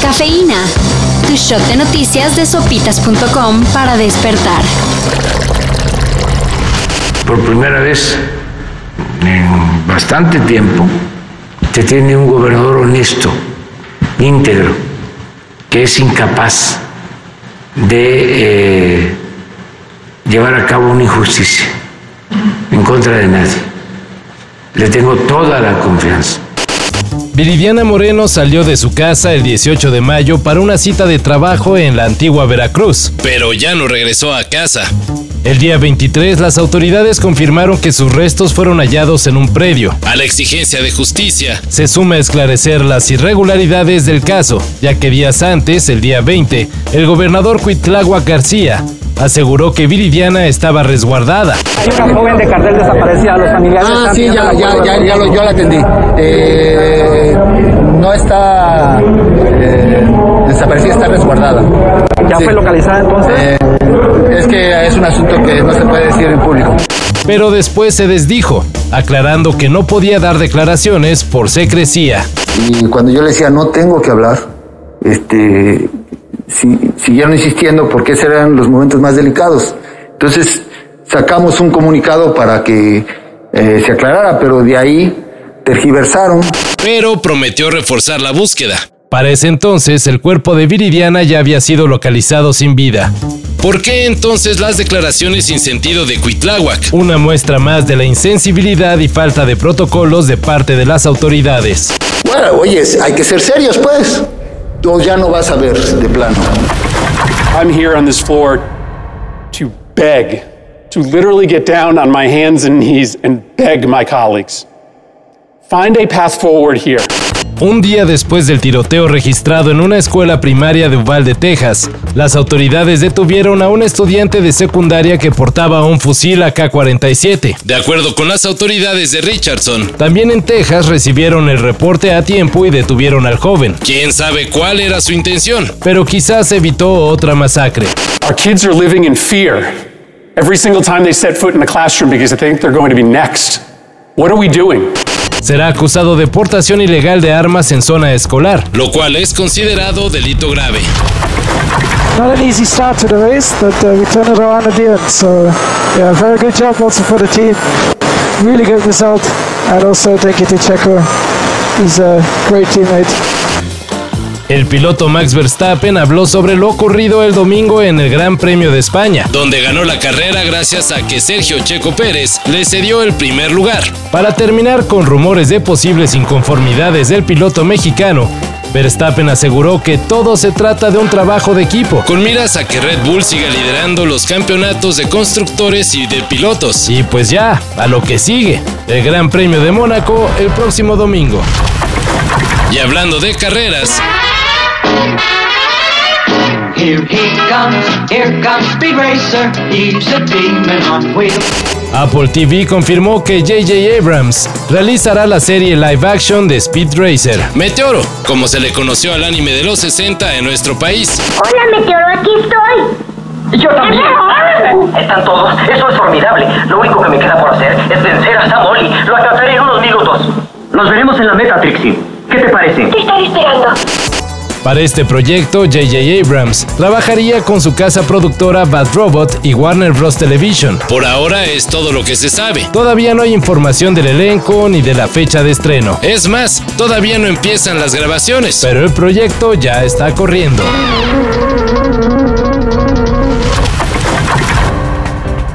Cafeína. Tu shot de noticias de sopitas.com para despertar. Por primera vez en bastante tiempo se tiene un gobernador honesto, íntegro, que es incapaz de eh, llevar a cabo una injusticia en contra de nadie. Le tengo toda la confianza. Viridiana Moreno salió de su casa el 18 de mayo para una cita de trabajo en la antigua Veracruz, pero ya no regresó a casa. El día 23, las autoridades confirmaron que sus restos fueron hallados en un predio. A la exigencia de justicia, se suma a esclarecer las irregularidades del caso, ya que días antes, el día 20, el gobernador Cuitláhuac García aseguró que Viridiana estaba resguardada. Hay una joven de Cardel desaparecida, los familiares. Ah, están sí, ya, pidiendo ya, ya, ya lo- yo la atendí. Eh, no está eh, desaparecida, está resguardada. ¿Ya Sí. fue localizada entonces? Eh, es que es un asunto que no se puede decir en público. Pero después se desdijo, aclarando que no podía dar declaraciones por secrecía. Y cuando yo le decía, no tengo que hablar, este, si- siguieron insistiendo porque esos eran los momentos más delicados. Entonces sacamos un comunicado para que eh, se aclarara, pero de ahí tergiversaron. pero prometió reforzar la búsqueda. Para ese entonces, el cuerpo de Viridiana ya había sido localizado sin vida. ¿Por qué entonces las declaraciones sin sentido de Cuitláhuac? Una muestra más de la insensibilidad y falta de protocolos de parte de las autoridades. Bueno, oye, hay que ser serios, pues. Tú ya no vas a ver de plano. I'm here on this floor to beg, to literally get down on my hands and knees and beg my colleagues. Find a path forward here. Un día después del tiroteo registrado en una escuela primaria de Uvalde, Texas, las autoridades detuvieron a un estudiante de secundaria que portaba un fusil AK-47. De acuerdo con las autoridades de Richardson, también en Texas recibieron el reporte a tiempo y detuvieron al joven. ¿Quién sabe cuál era su intención? Pero quizás evitó otra masacre. Our kids are living in fear every single time they set foot in the classroom because they think they're going to be next. What are we doing? Será acusado de portación ilegal de armas en zona escolar, lo cual es considerado delito grave. Not an easy start to the race, but uh, we turned it around at the end. So, yeah, very good job also for the team. Really good result. And also thank you to Checo. He's a great teammate. El piloto Max Verstappen habló sobre lo ocurrido el domingo en el Gran Premio de España, donde ganó la carrera gracias a que Sergio Checo Pérez le cedió el primer lugar. Para terminar con rumores de posibles inconformidades del piloto mexicano, Verstappen aseguró que todo se trata de un trabajo de equipo, con miras a que Red Bull siga liderando los campeonatos de constructores y de pilotos. Y pues ya, a lo que sigue, el Gran Premio de Mónaco el próximo domingo. Y hablando de carreras, Here he comes, here comes Speed Racer. He's a demon on wheels. Apple TV confirmó que JJ Abrams realizará la serie live action de Speed Racer. Meteoro, como se le conoció al anime de los 60 en nuestro país. Hola, Meteoro, aquí estoy. Yo también. Están todos. Eso es formidable. Lo único que me queda por hacer es vencer a Sam Oli. Lo atraparé en unos minutos. Nos veremos en la meta, Trixie. ¿Qué te parece? Te estaré esperando. Para este proyecto, JJ Abrams trabajaría con su casa productora Bad Robot y Warner Bros. Television. Por ahora es todo lo que se sabe. Todavía no hay información del elenco ni de la fecha de estreno. Es más, todavía no empiezan las grabaciones. Pero el proyecto ya está corriendo.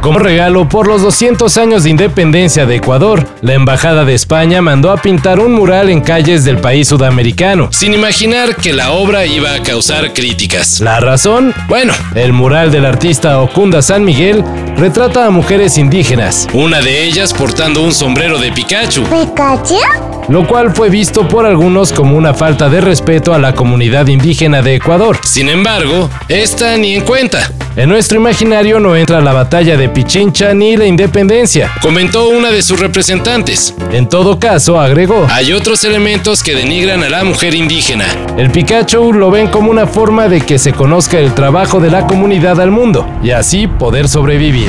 Como regalo por los 200 años de independencia de Ecuador, la Embajada de España mandó a pintar un mural en calles del país sudamericano, sin imaginar que la obra iba a causar críticas. ¿La razón? Bueno, el mural del artista Ocunda San Miguel retrata a mujeres indígenas, una de ellas portando un sombrero de Pikachu, ¿Pikachu? lo cual fue visto por algunos como una falta de respeto a la comunidad indígena de Ecuador. Sin embargo, esta ni en cuenta. En nuestro imaginario no entra la batalla de Pichincha ni la independencia, comentó una de sus representantes. En todo caso, agregó, hay otros elementos que denigran a la mujer indígena. El Pikachu lo ven como una forma de que se conozca el trabajo de la comunidad al mundo y así poder sobrevivir.